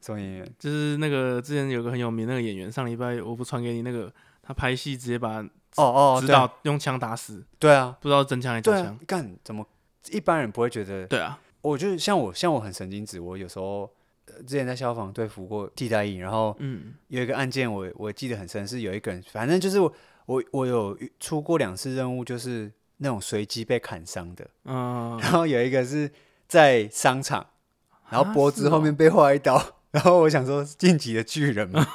Speaker 1: 什么演员？
Speaker 2: 就是那个之前有个很有名那个演员，上礼拜我不传给你那个，他拍戏直接把
Speaker 1: 哦哦，
Speaker 2: 指
Speaker 1: 对啊
Speaker 2: 导用枪打死，
Speaker 1: 对啊，
Speaker 2: 不知道真枪还是
Speaker 1: 对
Speaker 2: 假
Speaker 1: 啊
Speaker 2: 枪。，
Speaker 1: 干怎么一般人不会觉得？
Speaker 2: 对啊，
Speaker 1: 我就是像我像我很神经质，我有时候。呃之前在消防队服过替代役，然后
Speaker 2: 嗯，
Speaker 1: 有一个案件我，我记得很深，是有一个人，反正就是我我我有遇出过两次任务，就是那种随机被砍伤的，
Speaker 2: 嗯，
Speaker 1: 然后有一个是在商场，然后
Speaker 2: 啊
Speaker 1: 脖
Speaker 2: 是
Speaker 1: 子
Speaker 2: 哦
Speaker 1: 后面被划一刀，然后我想说晋级的巨人嘛，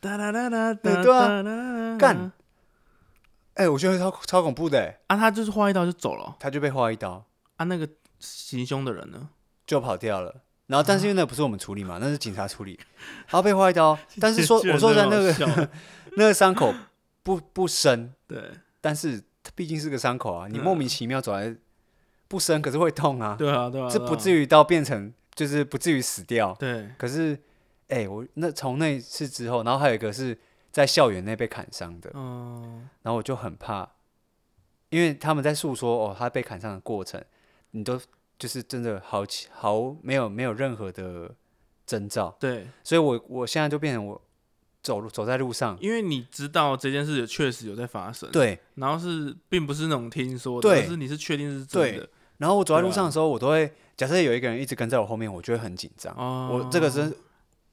Speaker 2: 哒哒哒哒
Speaker 1: 对
Speaker 2: 哒，
Speaker 1: 对啊
Speaker 2: 哒哒
Speaker 1: 干哎、我觉得超超恐怖的、欸，
Speaker 2: 啊！他就是划一刀就走了
Speaker 1: 他就被划一刀
Speaker 2: 啊！那个行凶的人呢？
Speaker 1: 就跑掉了。然后，但是因为那不是我们处理嘛，那是警察处理。然后被划一
Speaker 2: [laughs]
Speaker 1: 刀， [laughs] 但是说
Speaker 2: 居然
Speaker 1: 我说的
Speaker 2: 真
Speaker 1: 那
Speaker 2: 好
Speaker 1: 个
Speaker 2: 笑
Speaker 1: [laughs] 那个伤口不不深，
Speaker 2: 对
Speaker 1: 但是它毕竟是个伤口啊，你
Speaker 2: 嗯
Speaker 1: 莫名其妙走来不深，可是会痛啊，
Speaker 2: 对啊对啊，
Speaker 1: 这不至
Speaker 2: 于
Speaker 1: 于到变成就是不至于死掉。
Speaker 2: 对
Speaker 1: 可是，哎、我那从那次之后，然后还有一个是在校园内被砍伤的，
Speaker 2: 嗯
Speaker 1: 然后我就很怕，因为他们在诉说哦，他被砍伤的过程，你都就是真的毫其毫没有没有任何的征兆，
Speaker 2: 对，
Speaker 1: 所以我我现在就变成我走路走在路上，
Speaker 2: 因为你知道这件事也确实有在发生，，
Speaker 1: 对，
Speaker 2: 然后是并不是那种听说的，
Speaker 1: 对
Speaker 2: 而是你是确定是真的
Speaker 1: 然后我走在
Speaker 2: 对啊
Speaker 1: 路上的时候，我都会假设有一个人一直跟在我后面，我就会很紧张。
Speaker 2: 哦。
Speaker 1: 我这个，是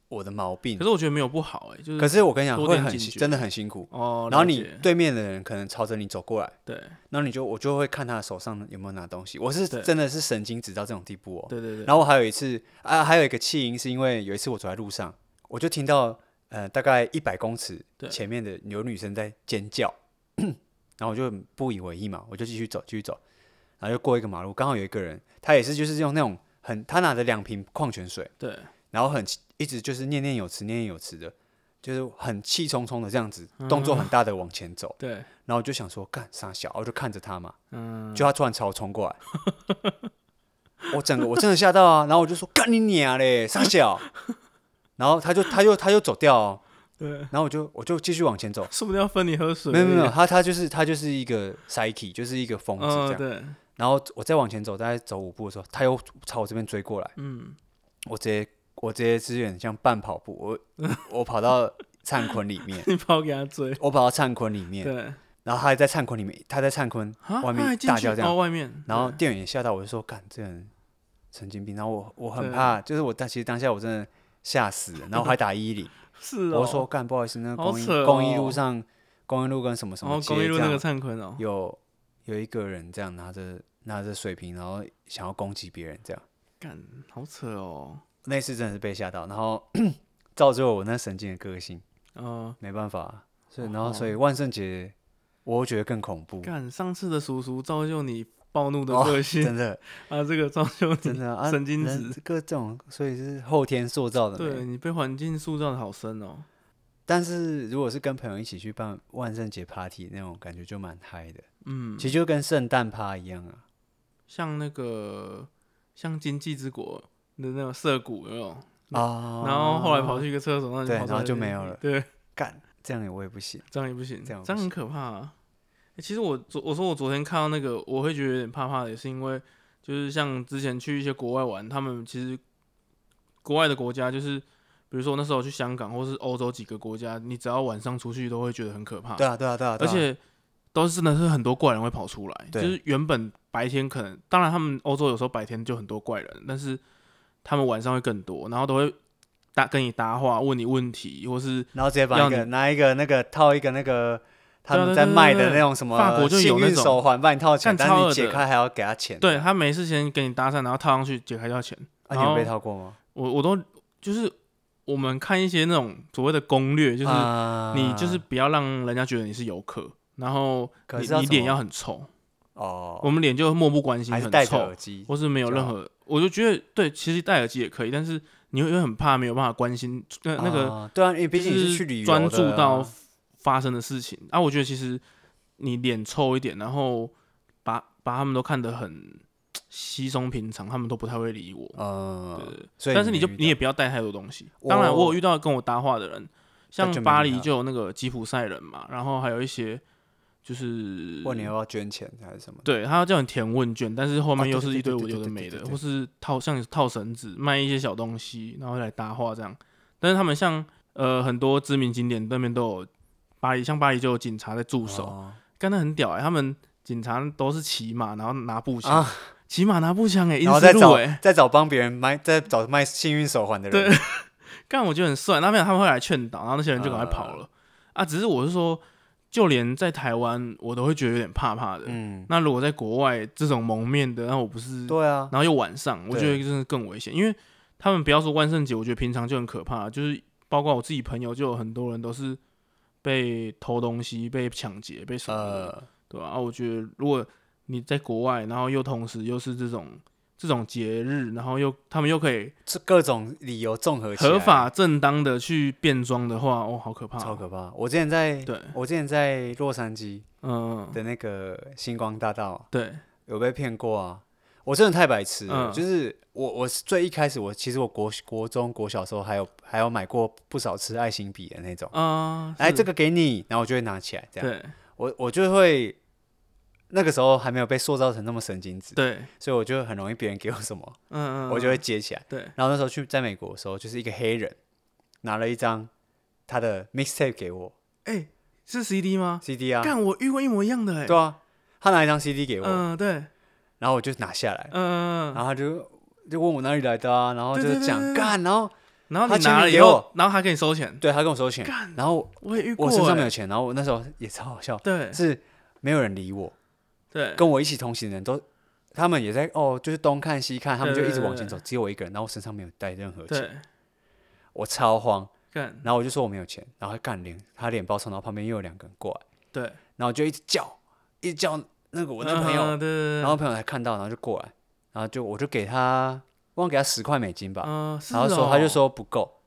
Speaker 1: 我的毛病
Speaker 2: 可。是我觉得没有不好哎，就是
Speaker 1: 可是我跟你讲，
Speaker 2: 多
Speaker 1: 会
Speaker 2: 点
Speaker 1: 很
Speaker 2: 警
Speaker 1: 辛
Speaker 2: 觉
Speaker 1: 真的很辛苦。
Speaker 2: 哦，
Speaker 1: 然后
Speaker 2: 了
Speaker 1: 你
Speaker 2: 解
Speaker 1: 对面的人可能朝着你走过来，
Speaker 2: 对
Speaker 1: 然后你就我就会看他的手上有没有拿东西。我是
Speaker 2: 对
Speaker 1: 真的是神经质到这种地步哦。
Speaker 2: 对对对，
Speaker 1: 然后我还有一次啊，还有一个弃婴，是因为有一次我走在路上，我就听到呃大概一百公尺
Speaker 2: 对
Speaker 1: 前面的有女生在尖叫， [clears throat] 然后我就不以为意嘛，我就继续走，继续走，然后就过一个马路，刚好有一个人，他也是就是用那种很他拿着两瓶矿泉水，
Speaker 2: 对
Speaker 1: 然后很一直就是念念有词，念念有词的，就是很气冲冲的这样子，
Speaker 2: 嗯
Speaker 1: 动作很大的往前走，
Speaker 2: 对，
Speaker 1: 然后我就想说干傻小，我就看着他嘛，
Speaker 2: 嗯，
Speaker 1: 就他突然朝我冲过来，我整个我真的吓到啊！然后我就说干你娘嘞，傻小！然后他就他就他就走掉、哦，
Speaker 2: 对，
Speaker 1: 然后我就我就继续往前走，
Speaker 2: [laughs] 说不定要分你喝水，
Speaker 1: 没有没有没有，，他他就是他就是一个 psyche，就是一个疯子这
Speaker 2: 嗯
Speaker 1: 样。
Speaker 2: 对，
Speaker 1: 然后我再往前走，大概走五步的时候，他又朝我这边追过来，
Speaker 2: 嗯，
Speaker 1: 我直接我直接是有点像半跑步，我我跑到灿坤里
Speaker 2: [laughs]
Speaker 1: 面，
Speaker 2: 你跑给他追，
Speaker 1: 我跑到灿坤里面，
Speaker 2: 对，
Speaker 1: 然后他还在灿坤里面，他在灿坤
Speaker 2: 啊，
Speaker 1: 外面
Speaker 2: 他还进
Speaker 1: 大
Speaker 2: 去
Speaker 1: 叫这样
Speaker 2: 哦，外面，
Speaker 1: 然后
Speaker 2: 对
Speaker 1: 店员也吓到，我就说：“干，这个人神经病。”然后我我很
Speaker 2: 对
Speaker 1: 怕，就是我当其实当下我真的吓死
Speaker 2: [laughs]
Speaker 1: 了，然后还打一零，
Speaker 2: 是哦，
Speaker 1: 我就说：“干，不好意思，那个
Speaker 2: 好
Speaker 1: 公益、
Speaker 2: 扯
Speaker 1: 公益
Speaker 2: 哦
Speaker 1: 路上，公益路跟什么什啊
Speaker 2: 然
Speaker 1: 么
Speaker 2: 后
Speaker 1: 街
Speaker 2: 公益路
Speaker 1: 这
Speaker 2: 那个
Speaker 1: 样，
Speaker 2: 灿坤哦，
Speaker 1: 有有一个人这样拿着拿着水瓶，然后想要攻击别人，这样
Speaker 2: 干，好扯哦，
Speaker 1: 那次真的是被吓到，然后 [clears throat] 造就了我那神经的个性，
Speaker 2: 嗯，
Speaker 1: 没办法，所以然后
Speaker 2: 哦
Speaker 1: 所以万圣节我觉得更恐怖，
Speaker 2: 干，上次的叔叔造就你暴怒的
Speaker 1: 嗯哦
Speaker 2: 个性
Speaker 1: 真的
Speaker 2: 啊，这个造
Speaker 1: [laughs]
Speaker 2: 就
Speaker 1: 真
Speaker 2: 你，
Speaker 1: 的
Speaker 2: [laughs]
Speaker 1: 啊，
Speaker 2: 神经
Speaker 1: 人
Speaker 2: 质
Speaker 1: 这个这种所以是后天塑造的，
Speaker 2: 对你被环境塑造的好深哦，
Speaker 1: 但是如果是跟朋友一起去办万圣节 party 那种感觉就蛮嗨的，
Speaker 2: 嗯
Speaker 1: 其，实就跟圣诞趴一样啊。
Speaker 2: 像那个像经济之国的那种涩谷有没有？
Speaker 1: 啊
Speaker 2: 嗯然后后来跑去一个厕所，然后你
Speaker 1: 对
Speaker 2: 跑出
Speaker 1: 然后
Speaker 2: 来
Speaker 1: 就没有了
Speaker 2: 对，
Speaker 1: 干，这样也我也不行。
Speaker 2: 这样也不行，
Speaker 1: 这样不
Speaker 2: 很可怕、啊欸其实我昨我说我昨天看到那个，我会觉得有点怕怕的，也是因为就是像之前去一些国外玩，他们其实国外的国家就是，比如说我那时候去香港或是欧洲几个国家，你只要晚上出去都会觉得很可怕，
Speaker 1: 对啊，对啊，对啊，
Speaker 2: 而
Speaker 1: 对啊
Speaker 2: 且都是真的是很多怪人会跑出来，就
Speaker 1: 对
Speaker 2: 是原本白天可能，当然他们欧洲有时候白天就很多怪人，但是他们晚上会更多，然后都会搭跟你搭话，问你问题，或是
Speaker 1: 然后直接把
Speaker 2: 要
Speaker 1: 一个
Speaker 2: 你
Speaker 1: 拿一个那个套一个那个他
Speaker 2: 对
Speaker 1: 们
Speaker 2: 啊
Speaker 1: 在
Speaker 2: 对对
Speaker 1: 卖
Speaker 2: 对
Speaker 1: 的
Speaker 2: 对
Speaker 1: 那种什
Speaker 2: 法
Speaker 1: 么
Speaker 2: 国就有
Speaker 1: 幸
Speaker 2: 那
Speaker 1: 运
Speaker 2: 种
Speaker 1: 手环，把你套起来，但
Speaker 2: 干超
Speaker 1: 是
Speaker 2: 恶
Speaker 1: 你解
Speaker 2: 的
Speaker 1: 开还要给他钱。
Speaker 2: 对他没事先跟你搭讪，然后套上去解开要钱。
Speaker 1: 啊，
Speaker 2: 然
Speaker 1: 你有被
Speaker 2: 后
Speaker 1: 套过吗？
Speaker 2: 我我都就是我们看一些那种所谓的攻略，就是
Speaker 1: 啊
Speaker 2: 你就是不要让人家觉得你是游客，然后
Speaker 1: 可
Speaker 2: 你
Speaker 1: 是要
Speaker 2: 你
Speaker 1: 怎
Speaker 2: 脸
Speaker 1: 么
Speaker 2: 要很臭，我
Speaker 1: 哦，
Speaker 2: 们脸就漠不关心，
Speaker 1: 还是
Speaker 2: 很
Speaker 1: 戴着
Speaker 2: 臭
Speaker 1: 耳，机
Speaker 2: 或是没有
Speaker 1: 就
Speaker 2: 任
Speaker 1: 好
Speaker 2: 何，我就觉得对，其实戴耳机也可以，但是你会又很怕没有办法关心那那个
Speaker 1: 啊对啊，因为毕
Speaker 2: 就
Speaker 1: 竟你是去旅游
Speaker 2: 专注
Speaker 1: 的
Speaker 2: 到
Speaker 1: 啊
Speaker 2: 发生的事情啊。我觉得其实你脸臭一点，然后把把他们都看得很稀松平常，他们都不太会理我。
Speaker 1: 嗯，
Speaker 2: 对，
Speaker 1: 所以
Speaker 2: 但是你
Speaker 1: 没
Speaker 2: 就
Speaker 1: 遇
Speaker 2: 你
Speaker 1: 到
Speaker 2: 也不要带太多东西。
Speaker 1: 我
Speaker 2: 当然，我有遇到跟我搭话的人，像
Speaker 1: 就没
Speaker 2: 巴
Speaker 1: 遇
Speaker 2: 黎
Speaker 1: 到
Speaker 2: 就有那个吉普赛人嘛，然后还有一些就是
Speaker 1: 问你要不要捐钱还是什么的？
Speaker 2: 对他要叫你填问卷，但是后
Speaker 1: 哦
Speaker 2: 面
Speaker 1: 对
Speaker 2: 又
Speaker 1: 对
Speaker 2: 是
Speaker 1: 对
Speaker 2: 一堆
Speaker 1: 对
Speaker 2: 我
Speaker 1: 对
Speaker 2: 有
Speaker 1: 对
Speaker 2: 的
Speaker 1: 对
Speaker 2: 没
Speaker 1: 对
Speaker 2: 的，
Speaker 1: 对
Speaker 2: 或是套像是套绳子卖一些小东西，然后来搭话这样。但是他们像呃很多知名景点那边都有巴黎，像巴黎就有警察在驻守，
Speaker 1: 哦
Speaker 2: 干的很屌哎、他们警察都是骑马，然后拿步枪
Speaker 1: 啊，，
Speaker 2: 骑、马拿步枪哎、欸，
Speaker 1: 然后
Speaker 2: 英
Speaker 1: 再
Speaker 2: 式路
Speaker 1: 找
Speaker 2: 哎、
Speaker 1: 再找帮别人卖，再找卖幸运手环的人。
Speaker 2: 对干我觉得很帅。那边他们会来劝导，然后那些人就赶快跑了。
Speaker 1: 呃
Speaker 2: 啊，只是我是说，就连在台湾我都会觉得有点怕怕的。
Speaker 1: 嗯，
Speaker 2: 那如果在国外这种蒙面的，那我不是，
Speaker 1: 对啊，
Speaker 2: 然后又晚上，我
Speaker 1: 对
Speaker 2: 觉得真的更危险，因为他们不要说万圣节，我觉得平常就很可怕，就是包括我自己朋友，就有很多人都是被偷东西、被抢劫、被什么的，
Speaker 1: 呃，
Speaker 2: 对吧、啊？我觉得如果你在国外，然后又同时又是这种这种节日，然后又他们又可以
Speaker 1: 这各种理由综合起来
Speaker 2: 合法正当的去变装的话，哦，好可怕、
Speaker 1: 超可怕。我之前在，
Speaker 2: 对，
Speaker 1: 我之前在洛杉矶
Speaker 2: 嗯，
Speaker 1: 的那个星光大道
Speaker 2: 对，
Speaker 1: 有被骗过啊。我真的太白痴了，
Speaker 2: 嗯
Speaker 1: 就是我我是最一开始我其实我国国中国小时候还有还有买过不少次爱心笔的那种，
Speaker 2: 啊，
Speaker 1: 哎、
Speaker 2: 是
Speaker 1: 这个给你，然后我就会拿起来这样。
Speaker 2: 对
Speaker 1: 我我就会那个时候还没有被塑造成那么神经质，
Speaker 2: 对，
Speaker 1: 所以我就很容易别人给我什么，
Speaker 2: 嗯嗯，
Speaker 1: 我就会接起来。
Speaker 2: 对，
Speaker 1: 然后那时候去在美国的时候，就是一个黑人拿了一张他的 mixtape 给我
Speaker 2: 哎，是 CD 吗？
Speaker 1: CD 啊，
Speaker 2: 干，我遇过一模一样的，哎，
Speaker 1: 对啊，他拿一张 CD 给我，
Speaker 2: 嗯，对，
Speaker 1: 然后我就拿下来，
Speaker 2: 嗯，
Speaker 1: 然后他就就问我哪里来的啊，然后
Speaker 2: 对
Speaker 1: 就
Speaker 2: 对对对
Speaker 1: 讲
Speaker 2: 对
Speaker 1: 干，然后
Speaker 2: 然后
Speaker 1: 他
Speaker 2: 你
Speaker 1: 签
Speaker 2: 拿
Speaker 1: 名
Speaker 2: 了以
Speaker 1: 给
Speaker 2: 后，然后他给你收钱，
Speaker 1: 对他跟我收钱，然后
Speaker 2: 我也遇过，
Speaker 1: 我身上没
Speaker 2: 哎
Speaker 1: 有钱，然后我那时候也超好笑，
Speaker 2: 对
Speaker 1: 是没有人理我，
Speaker 2: 对，
Speaker 1: 跟我一起同行的人都，他们也在哦，就是东看西看，他们就
Speaker 2: 对
Speaker 1: 一
Speaker 2: 对
Speaker 1: 直往前走，只有我一个人，然后我身上没有带任何钱，
Speaker 2: 对，
Speaker 1: 我超慌，
Speaker 2: 干，
Speaker 1: 然后我就说我没有钱，然后他干脸，他脸包抄，然后旁边又有两个人过来，
Speaker 2: 对，
Speaker 1: 然后我就一直叫，一直叫那个我那个朋友，
Speaker 2: 嗯对对，
Speaker 1: 然后朋友才看到，然后就过来，然后就我就给他，忘给他十块美金吧，
Speaker 2: 嗯，是
Speaker 1: 然后说
Speaker 2: 哦
Speaker 1: 他就，说不够，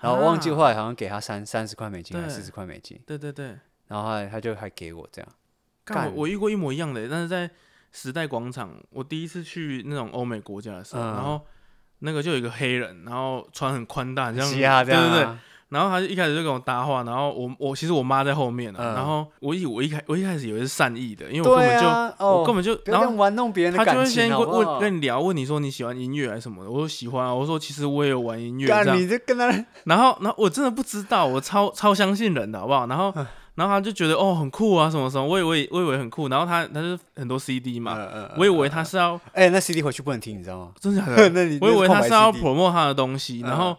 Speaker 1: 然后忘记
Speaker 2: 啊
Speaker 1: 后来好像给他三三十块美金还是
Speaker 2: 对
Speaker 1: 四十块美金，
Speaker 2: 对对对，
Speaker 1: 然后他他就还给我这样，
Speaker 2: 干，
Speaker 1: 干
Speaker 2: 我我遇过一模一样的，但是在时代广场，我第一次去那种欧美国家的时候，
Speaker 1: 嗯
Speaker 2: 然后那个就有一个黑人，然后穿很宽大，很像
Speaker 1: 嘻哈这样啊、
Speaker 2: 对对对，然后他就一开始就跟我搭话，然后我我其实我妈在后面呢、
Speaker 1: 嗯
Speaker 2: 然后我以我一开我一开始以为是善意的，因为我根本就、
Speaker 1: 对啊哦
Speaker 2: 我根本就，
Speaker 1: 不要
Speaker 2: 然
Speaker 1: 这
Speaker 2: 后
Speaker 1: 样玩弄别人
Speaker 2: 他
Speaker 1: 的
Speaker 2: 就会
Speaker 1: 感
Speaker 2: 先
Speaker 1: 情，好
Speaker 2: 问
Speaker 1: 不好
Speaker 2: 问跟你聊，问你说你喜欢音乐还是什么的，我说喜欢啊，我说其实我也有玩音乐这
Speaker 1: 干，
Speaker 2: 样，嗯
Speaker 1: 你这跟他
Speaker 2: 然后然后我真的不知道，我超超相信人的好不好？然后然后他就觉得哦很酷啊什么什么，我以为我以为很酷，然后他他就是很多 CD 嘛，
Speaker 1: 嗯
Speaker 2: 我以为他是要
Speaker 1: 哎、那 CD 回去不能听，你知道吗？
Speaker 2: 真的假的，
Speaker 1: [laughs] 那你
Speaker 2: 我以为他是要
Speaker 1: 破
Speaker 2: promote 他的东西，
Speaker 1: 嗯
Speaker 2: 然后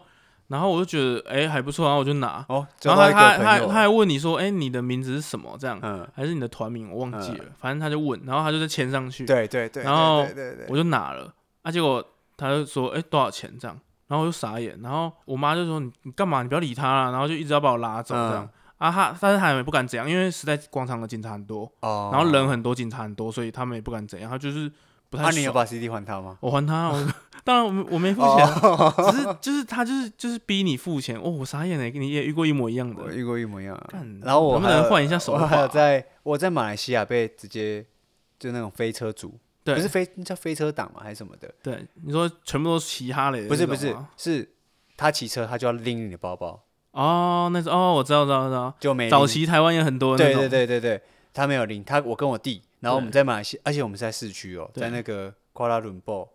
Speaker 2: 然后我就觉得哎、还不错，然后我就拿。
Speaker 1: 哦，
Speaker 2: 然
Speaker 1: 交
Speaker 2: 后
Speaker 1: 到
Speaker 2: 他
Speaker 1: 一个朋
Speaker 2: 他他
Speaker 1: 友
Speaker 2: 他还问你说，哎、你的名字是什么？这样、
Speaker 1: 嗯，
Speaker 2: 还是你的团名？我忘记了，反正他就问，然后他就在签上去，
Speaker 1: 对对对，
Speaker 2: 然后
Speaker 1: 对对对对
Speaker 2: 我就拿了，啊，结果他就说，哎、多少钱？这样，然后我就傻眼，然后我妈就说，你你干嘛？你不要理他啦，然后就一直要把我拉走这样。
Speaker 1: 嗯
Speaker 2: 啊哈！但是他也不敢怎样，因为时代广场的警察很多，
Speaker 1: 哦，
Speaker 2: 然后人很多，警察很多，所以他们也不敢怎样。他就是不太
Speaker 1: 啊，
Speaker 2: 爽。
Speaker 1: 你有把 CD 还他吗？
Speaker 2: 我还他，
Speaker 1: [laughs]
Speaker 2: 我当然我没我没付钱啊，
Speaker 1: 哦，
Speaker 2: [laughs] 只是就是他就是就是逼你付钱。哦，我傻眼了，你也遇过一模一样的
Speaker 1: 我。遇过一模一样啊
Speaker 2: 干。
Speaker 1: 然后我
Speaker 2: 能不
Speaker 1: 还有
Speaker 2: 能换一下手
Speaker 1: 我
Speaker 2: 法
Speaker 1: 还有在我在马来西亚被直接就那种飞车族，
Speaker 2: 对，
Speaker 1: 不是飞那叫飞车党嘛，还是什么的？
Speaker 2: 对，你说全部都是嘻哈嘞？
Speaker 1: 不是
Speaker 2: 那
Speaker 1: 不
Speaker 2: 种
Speaker 1: 是
Speaker 2: 吗，
Speaker 1: 是他骑车，他就要拎你的包包，
Speaker 2: 哦，那是哦，我知道，知道，知道。
Speaker 1: 就没
Speaker 2: 早
Speaker 1: 拎
Speaker 2: 期台湾也很多那
Speaker 1: 哎对
Speaker 2: 种，
Speaker 1: 对对对对，他没有领他，我跟我弟，然后我们
Speaker 2: 对
Speaker 1: 在马来西亚，而且我们是在市区哦，在
Speaker 2: 对
Speaker 1: 那个瓜拉伦布，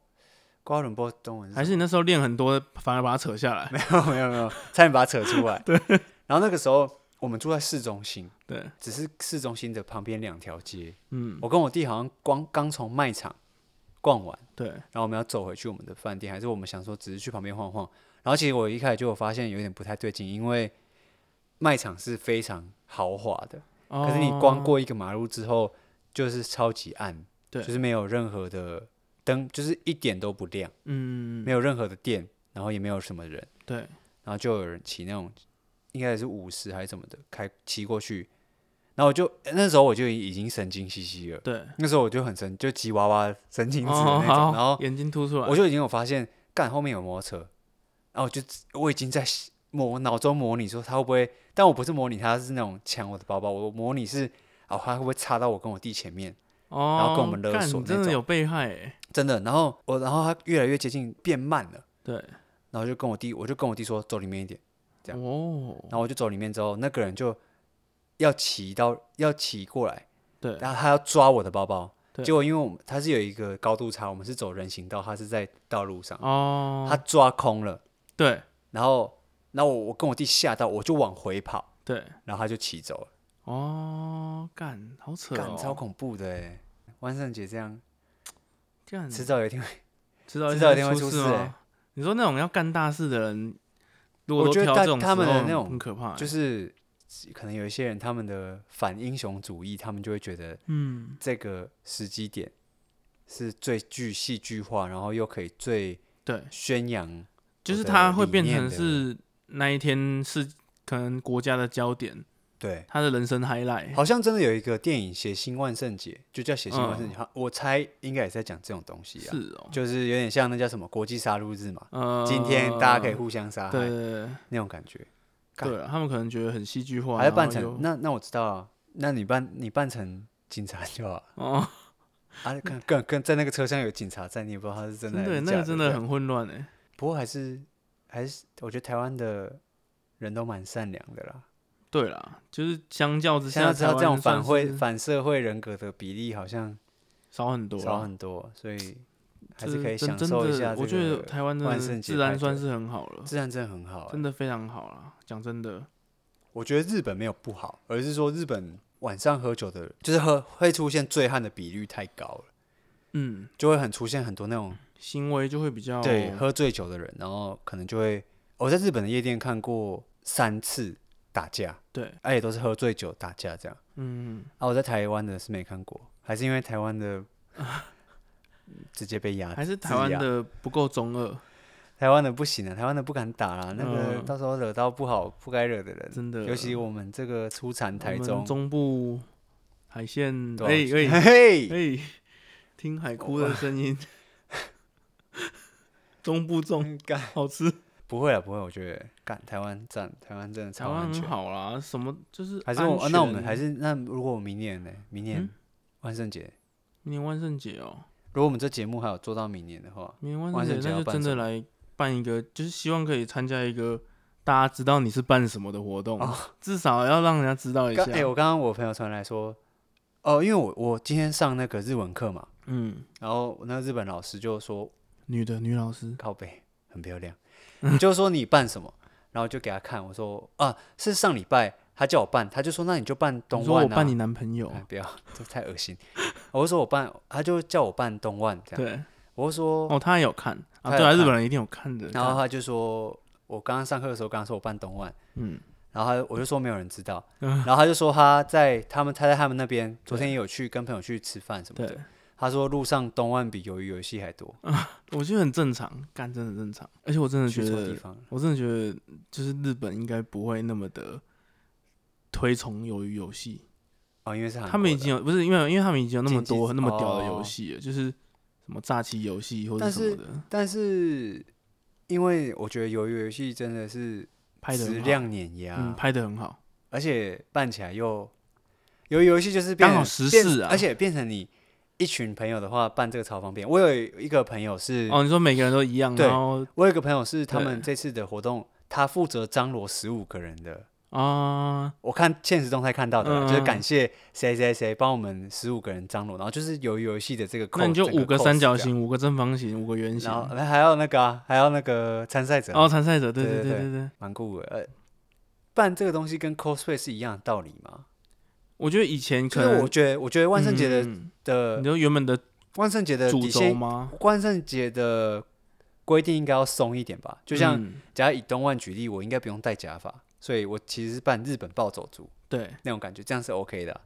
Speaker 1: 瓜拉伦布中文
Speaker 2: 还
Speaker 1: 是
Speaker 2: 是你那时候练很多，反而把它扯下来。
Speaker 1: 什么 [laughs] 没有没有，差点把它扯出
Speaker 2: [laughs]
Speaker 1: 来。对，然后那个时候我们住在市中心，
Speaker 2: 对，
Speaker 1: 只是市中心的旁边两条街。
Speaker 2: 嗯，
Speaker 1: 我跟我弟好像光刚从卖场逛完，
Speaker 2: 对，
Speaker 1: 然后我们要走回去我们的饭店，还是我们想说只是去旁边晃晃。然后其实我一开始就有发现有点不太对劲，因为卖场是非常豪华的，
Speaker 2: 可
Speaker 1: 可是你
Speaker 2: 哦
Speaker 1: 光过一个马路之后，就是超级暗，
Speaker 2: 对
Speaker 1: 就是没有任何的灯，就是一点都不亮，
Speaker 2: 嗯，
Speaker 1: 没有任何的电，然后也没有什么人，
Speaker 2: 对，
Speaker 1: 然后就有人骑那种应该是五十还是什么的开骑过去，然后我就那时候我就已经神经兮兮了，
Speaker 2: 对，哦
Speaker 1: 那时候我就很神，就急娃娃神经质的那种，
Speaker 2: 好
Speaker 1: 然后
Speaker 2: 眼睛凸出来，
Speaker 1: 我就已经有发现，干后面有摩托车，然后我就我已经在模脑中模拟说他会不会，但我不是模拟他是那种抢我的包包，我模拟是哦他会不会插到我跟我弟前面，
Speaker 2: 哦，
Speaker 1: 然后跟我们勒
Speaker 2: 干
Speaker 1: 索
Speaker 2: 你
Speaker 1: 那
Speaker 2: 真的
Speaker 1: 种
Speaker 2: 有被害欸，
Speaker 1: 真的，然后我然后他越来越接近变慢了，
Speaker 2: 对，
Speaker 1: 然后就跟我弟我就跟我弟说走里面一点，这样
Speaker 2: 哦，
Speaker 1: 然后我就走里面之后，那个人就要骑到要骑过来，
Speaker 2: 对，
Speaker 1: 然后他要抓我的包包，
Speaker 2: 对
Speaker 1: 结果因为我们他是有一个高度差，我们是走人行道，他是在道路上，
Speaker 2: 哦，
Speaker 1: 他抓空了。
Speaker 2: 对
Speaker 1: 然后，然后我我跟我弟吓到，我就往回跑，
Speaker 2: 对，
Speaker 1: 然后他就骑走了，
Speaker 2: 哦，干，好扯
Speaker 1: 干超
Speaker 2: 哦，
Speaker 1: 恐怖的哎！万圣节这样，
Speaker 2: 干，
Speaker 1: 迟早有一天会，
Speaker 2: 迟早
Speaker 1: 迟早有一天
Speaker 2: 天
Speaker 1: 会出
Speaker 2: 出哦
Speaker 1: 事欸
Speaker 2: 吗？你说那种要干大事的人，如果
Speaker 1: 我
Speaker 2: 都
Speaker 1: 觉得
Speaker 2: 挑
Speaker 1: 大
Speaker 2: 这种
Speaker 1: 他们
Speaker 2: 时
Speaker 1: 的
Speaker 2: 候
Speaker 1: 那种
Speaker 2: 很可怕欸，
Speaker 1: 就是是可能有一些人他们的反英雄主义，他们就会觉得
Speaker 2: 嗯，
Speaker 1: 这个时机点是最具戏剧化，然后又可以最
Speaker 2: 对，
Speaker 1: 宣扬，
Speaker 2: 就是
Speaker 1: 我的
Speaker 2: 他会
Speaker 1: 理
Speaker 2: 变
Speaker 1: 念
Speaker 2: 成
Speaker 1: 的
Speaker 2: 是那一天是可能国家的焦点，
Speaker 1: 对，
Speaker 2: 他的人生 highlight。
Speaker 1: 好像真的有一个电影《写信万圣节》，就叫《写信万圣节》好，我猜应该也是在讲这种东西啊，
Speaker 2: 嗯是哦，
Speaker 1: 就是有点像那叫什么国际杀戮日嘛，
Speaker 2: 呃，
Speaker 1: 今天大家可以互相杀
Speaker 2: 对
Speaker 1: 害
Speaker 2: 对
Speaker 1: 那种感觉，干
Speaker 2: 对对啊，他们可能觉得很戏剧化，
Speaker 1: 还要
Speaker 2: 然后
Speaker 1: 扮
Speaker 2: 又
Speaker 1: 成那那我知道啊，那你扮你扮成警察就好了 [laughs]
Speaker 2: 哦，
Speaker 1: 啊，更更更在那个车厢有警察在，你也不知道他是真的
Speaker 2: 真
Speaker 1: 还是
Speaker 2: 的那
Speaker 1: 假
Speaker 2: 个真
Speaker 1: 的
Speaker 2: 的
Speaker 1: 这样
Speaker 2: 很混乱哎。
Speaker 1: 不过还是还是，我觉得台湾的人都蛮善良的啦。
Speaker 2: 对啦，就是啊相较之
Speaker 1: 现在
Speaker 2: 下，
Speaker 1: 知道这种反
Speaker 2: 会
Speaker 1: 会反社会人格的比例好像
Speaker 2: 少很多啦，
Speaker 1: 少很多，所以还
Speaker 2: 就是
Speaker 1: 可以
Speaker 2: 真
Speaker 1: 享
Speaker 2: 真
Speaker 1: 受一
Speaker 2: 的
Speaker 1: 下这
Speaker 2: 我觉得
Speaker 1: 个
Speaker 2: 台湾
Speaker 1: 万
Speaker 2: 的
Speaker 1: 圣节
Speaker 2: 治
Speaker 1: 派
Speaker 2: 安算
Speaker 1: 对
Speaker 2: 是很好了，
Speaker 1: 自然真的很好、欸
Speaker 2: 真。的非常好啦。讲真的，
Speaker 1: 我觉得日本没有不好，而是说日本晚上喝酒的，就是喝会出现醉汉的比率太高了，
Speaker 2: 嗯，
Speaker 1: 就会很出现很多那种
Speaker 2: 行为就会比较
Speaker 1: 对，喝醉酒的人，然后可能就会，我在日本的夜店看过三次打架，
Speaker 2: 对，
Speaker 1: 而且都是喝醉酒打架这样。
Speaker 2: 嗯，
Speaker 1: 啊，我在台湾的是没看过，还是因为台湾
Speaker 2: [laughs]
Speaker 1: 的直接被压，
Speaker 2: 还是台
Speaker 1: 制
Speaker 2: 湾
Speaker 1: 压
Speaker 2: 的不够中二，
Speaker 1: 台湾的不行啊，台湾的不敢打啦，那个
Speaker 2: 嗯
Speaker 1: 到时候惹到不好不该惹的人，
Speaker 2: 真的，
Speaker 1: 尤其我们这个出产台
Speaker 2: 我们
Speaker 1: 中，
Speaker 2: 中部海线，
Speaker 1: 对啊
Speaker 2: 哎
Speaker 1: 嘿
Speaker 2: 哎
Speaker 1: [laughs] 嘿，
Speaker 2: 哎，听海哭的声音，中部粽
Speaker 1: 嗯干
Speaker 2: 好吃，
Speaker 1: 不会啊，不会，我觉得干台湾赞，台湾真的
Speaker 2: 台
Speaker 1: 超
Speaker 2: 湾
Speaker 1: 安
Speaker 2: 很
Speaker 1: 全。
Speaker 2: 好啦，什么就是
Speaker 1: 还是我、啊那我们还
Speaker 2: 是
Speaker 1: 是那如果我明年呢？明年
Speaker 2: 嗯
Speaker 1: 万圣节，
Speaker 2: 明年万圣节哦，
Speaker 1: 如果我们这节目还有做到明年的话，
Speaker 2: 明年
Speaker 1: 万
Speaker 2: 万
Speaker 1: 圣
Speaker 2: 圣
Speaker 1: 节
Speaker 2: 节
Speaker 1: 要
Speaker 2: 那就
Speaker 1: 办
Speaker 2: 真
Speaker 1: 什
Speaker 2: 的来办一个，就是希望可以参加一个大家知道你是办什么的活动，
Speaker 1: 哦
Speaker 2: 至少要让人家知道一下
Speaker 1: 刚。哎、我刚刚我朋友传来说，哦，因为我我今天上那个日文课嘛，
Speaker 2: 嗯，
Speaker 1: 然后那个日本老师就说
Speaker 2: 女的女老师，
Speaker 1: 靠背很漂
Speaker 2: [laughs]
Speaker 1: 亮，你就说你办什么，然后就给他看，我说啊是上礼拜他叫我办，他就说那你就办
Speaker 2: 你
Speaker 1: 东
Speaker 2: 说
Speaker 1: 万、啊、
Speaker 2: 我扮你男朋友，
Speaker 1: 哎不要，这太恶心。我就说我办，他就叫我办东万这样，
Speaker 2: 对，
Speaker 1: 我就说，
Speaker 2: 哦，他也有看
Speaker 1: 他
Speaker 2: 啊，
Speaker 1: 有
Speaker 2: 对啊，
Speaker 1: 看哦
Speaker 2: 日本人一定有看的。
Speaker 1: 然后他就说我刚刚上课的时候，刚刚说我办东万。
Speaker 2: 嗯，
Speaker 1: 然后他我就说没有人知道，然后他就说他在他们他在他们那边昨天也有去跟朋友去吃饭什么
Speaker 2: 对嗯
Speaker 1: 的，，他说路上东万比鱿鱼游戏还多，
Speaker 2: 我觉得很正常，干真的正常，而且我真的觉
Speaker 1: 去错地
Speaker 2: 得，
Speaker 1: 方了
Speaker 2: 我真的觉得，就是日本应该不会那么的推崇鱿鱼游戏，
Speaker 1: 哦，因为是韩
Speaker 2: 他们
Speaker 1: 国
Speaker 2: 已
Speaker 1: 的
Speaker 2: 经有不是因为因为他们已经有那么
Speaker 1: 竞技
Speaker 2: 多那么屌的游
Speaker 1: 哦
Speaker 2: 戏了，就是什么诈欺游戏或者
Speaker 1: 但
Speaker 2: 什么
Speaker 1: 是
Speaker 2: 的，
Speaker 1: 但是因为我觉得鱿鱼游戏真的是
Speaker 2: 拍的
Speaker 1: 质量啊碾压，
Speaker 2: 嗯，拍的很好，
Speaker 1: 而且办起来又鱿鱼游戏就是变
Speaker 2: 刚好
Speaker 1: 成
Speaker 2: 时
Speaker 1: 变
Speaker 2: 事啊
Speaker 1: 而且变成你一群朋友的话办这个超方便。我有一个朋友是，
Speaker 2: 哦，你说每个人都一样，
Speaker 1: 对
Speaker 2: 然后
Speaker 1: 我有一个朋友是他们
Speaker 2: 对
Speaker 1: 这次的活动，他负责张罗十五个人的。
Speaker 2: 啊，
Speaker 1: 我看现实动态看到的啦、
Speaker 2: 嗯
Speaker 1: 就是感谢谁谁谁帮我们十五个人张罗，然后就是鱿鱼游戏的这个 cos，
Speaker 2: 那你就
Speaker 1: 整
Speaker 2: 五
Speaker 1: 个
Speaker 2: 个三
Speaker 1: cos
Speaker 2: 角
Speaker 1: 这样，
Speaker 2: 形，五个正方形，五个圆形，哦
Speaker 1: 然后
Speaker 2: 然
Speaker 1: 还有那个、啊、还有那个参赛者，
Speaker 2: 后参赛者，对
Speaker 1: 对
Speaker 2: 对
Speaker 1: 对
Speaker 2: 对对对，
Speaker 1: 蛮酷的。呃，办这个东西跟 cosplay 是一样的道理吗？
Speaker 2: 我觉得以前
Speaker 1: 就
Speaker 2: 可
Speaker 1: 是
Speaker 2: 能
Speaker 1: 我觉得，我觉得万圣节的、呃
Speaker 2: 嗯
Speaker 1: 的
Speaker 2: 你说原本的
Speaker 1: 万圣节的
Speaker 2: 主
Speaker 1: 底
Speaker 2: 轴
Speaker 1: 线，
Speaker 2: 吗？
Speaker 1: 万圣节的规定应该要松一点吧。就像
Speaker 2: 嗯
Speaker 1: 假如以东万举例，我应该不用戴假发，所以我其实是扮日本暴走族
Speaker 2: 对，
Speaker 1: 那种感觉，这样是 OK 的啊、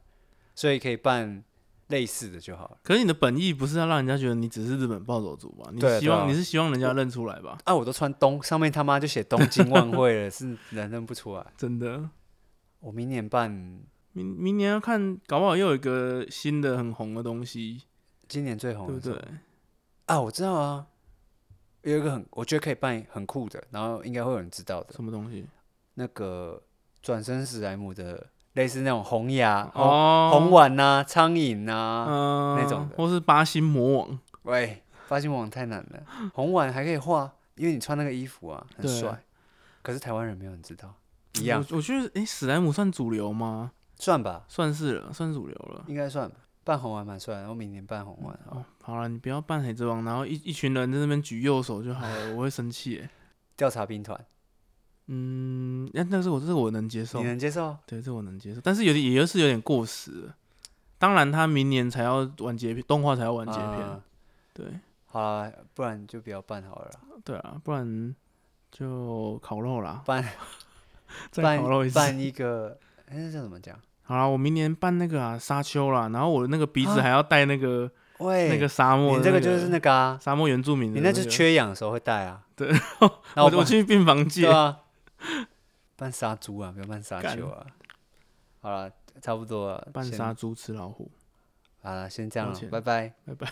Speaker 1: 所以可以办类似的就好了。
Speaker 2: 可是你的本意不是要让人家觉得你只是日本暴走族吧？你
Speaker 1: 对啊
Speaker 2: 希
Speaker 1: 对
Speaker 2: 望、
Speaker 1: 啊
Speaker 2: 你是希望人家认出来吧？
Speaker 1: 啊，我都穿东，上面他妈就写东京万会了，是人认不出来。
Speaker 2: 真的，
Speaker 1: [laughs] 我明年办，
Speaker 2: 明明年要看，搞不好又有一个新的很红的东西，
Speaker 1: 今年最红
Speaker 2: 对不
Speaker 1: 的是
Speaker 2: 对？
Speaker 1: 啊，我知道啊，有一个很，我觉得可以办很酷的，然后应该会有人知道的，
Speaker 2: 什么东西？
Speaker 1: 那个转身史莱姆的类似那种红牙、红
Speaker 2: 哦，
Speaker 1: 红碗呐、苍蝇呐，
Speaker 2: 嗯，
Speaker 1: 那种的
Speaker 2: 或是八星魔王，
Speaker 1: 喂，发现网太难了，红碗还可以画，因为你穿那个衣服啊，很
Speaker 2: 对
Speaker 1: 帅。可是台湾人没有人知道，一样啊
Speaker 2: 我我觉得，诶，史莱姆算主流吗？
Speaker 1: 算吧，
Speaker 2: 算是了，算主流了。
Speaker 1: 应该算吧。办红丸蛮帅的，然后明年办红丸好了
Speaker 2: 哦，好了，你不要扮海贼王，然后一一群人在那边举右手就好了，我会生气耶。
Speaker 1: 调查兵团，
Speaker 2: 嗯，那那是我这个我能接受
Speaker 1: 你，能接受？
Speaker 2: 对，这我能接受，但是有点也就是有点过时了。当然，他明年才要完结篇，动画才要完结篇，
Speaker 1: 啊
Speaker 2: 对
Speaker 1: 好啦，不然就不要办好了啦。
Speaker 2: 对啊，不然就烤肉啦，
Speaker 1: 办
Speaker 2: [laughs] 再
Speaker 1: 办
Speaker 2: 烤肉一次，
Speaker 1: 办一个哎、这怎么讲？
Speaker 2: 好啦，我明年办那个啊沙丘啦，然后我那个鼻子
Speaker 1: 啊
Speaker 2: 还要戴那个、
Speaker 1: 喂，
Speaker 2: 那个沙
Speaker 1: 你
Speaker 2: 漠的
Speaker 1: 这
Speaker 2: 那
Speaker 1: 个
Speaker 2: 个
Speaker 1: 就是那个啊，
Speaker 2: 沙漠原住民的、
Speaker 1: 你
Speaker 2: 那
Speaker 1: 那
Speaker 2: 个
Speaker 1: 是缺氧的时候会戴啊。
Speaker 2: 对，
Speaker 1: [laughs] 那
Speaker 2: 我
Speaker 1: 我
Speaker 2: 我去病房
Speaker 1: 对
Speaker 2: 借，
Speaker 1: 啊，办杀猪啊，不要办沙
Speaker 2: 干
Speaker 1: 丘啊。好了，差不多了，
Speaker 2: 办
Speaker 1: 先
Speaker 2: 杀猪吃老虎，
Speaker 1: 好了，先这样
Speaker 2: 抱
Speaker 1: 了，
Speaker 2: 歉
Speaker 1: 拜拜。
Speaker 2: 拜拜。